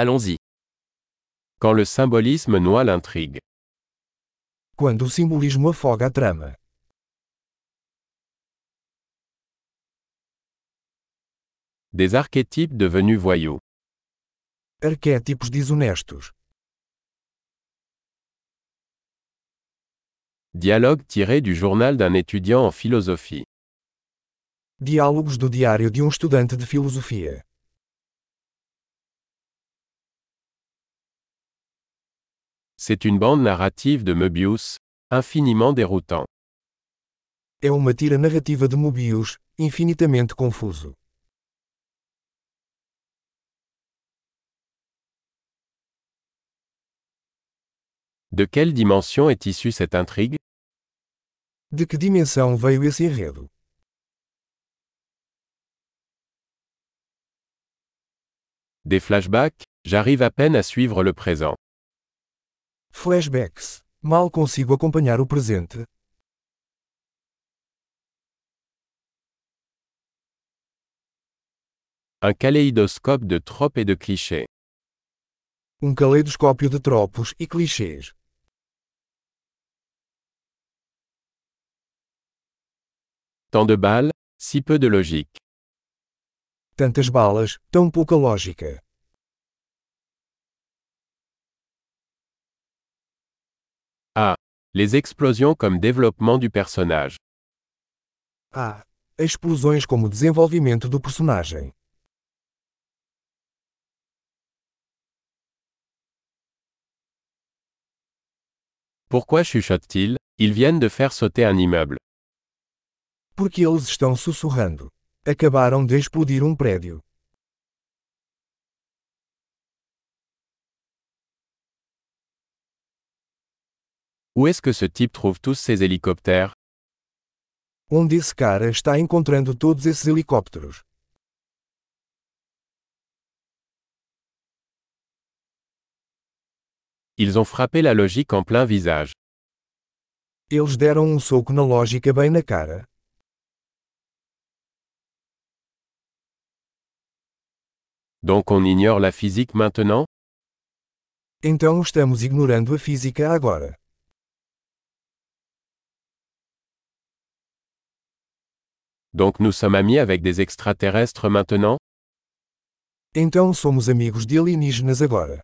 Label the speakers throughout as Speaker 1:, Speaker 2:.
Speaker 1: Allons-y. Quand le symbolisme noie l'intrigue.
Speaker 2: Quando o simbolismo afoga a trama.
Speaker 1: Des archétypes devenus voyous.
Speaker 2: Arquétipos desonestos.
Speaker 1: Dialogue tiré du journal d'un étudiant en philosophie.
Speaker 2: Diálogos do diário de um estudante de filosofia.
Speaker 1: C'est une bande narrative de Möbius, infiniment déroutant.
Speaker 2: É uma tira narrativa de Mobius, infinitamente confuso.
Speaker 1: De quelle dimension est issue cette intrigue
Speaker 2: De que dimensão veio esse enredo?
Speaker 1: Des flashbacks J'arrive à peine à suivre le présent.
Speaker 2: Flashbacks. Mal consigo acompanhar o presente.
Speaker 1: Un kaléidoscope de tropes et de clichés.
Speaker 2: Um caleidoscópio de tropos e clichês.
Speaker 1: Tant de balles, si peu de logique.
Speaker 2: Tantas balas, tão pouca lógica.
Speaker 1: Les explosions comme développement du personnage.
Speaker 2: Ah! Explosões como desenvolvimento do personagem.
Speaker 1: Pourquoi chuchote-t-il Ils viennent de faire sauter un immeuble.
Speaker 2: Porque eles estão sussurrando. Acabaram de explodir um prédio.
Speaker 1: Où est-ce que ce type trouve tous ces hélicoptères
Speaker 2: Onde esse cara está encontrando todos esses helicópteros?
Speaker 1: Ils ont frappé la logique en plein visage.
Speaker 2: Eles deram um soco na lógica bem na cara.
Speaker 1: Donc on ignore la physique maintenant
Speaker 2: Então estamos ignorando a física agora.
Speaker 1: Donc nous sommes amis avec des extraterrestres maintenant
Speaker 2: Então somos amigos de alienígenas agora.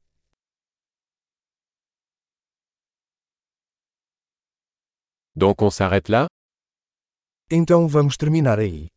Speaker 1: Donc on s'arrête là
Speaker 2: Então vamos terminar aí.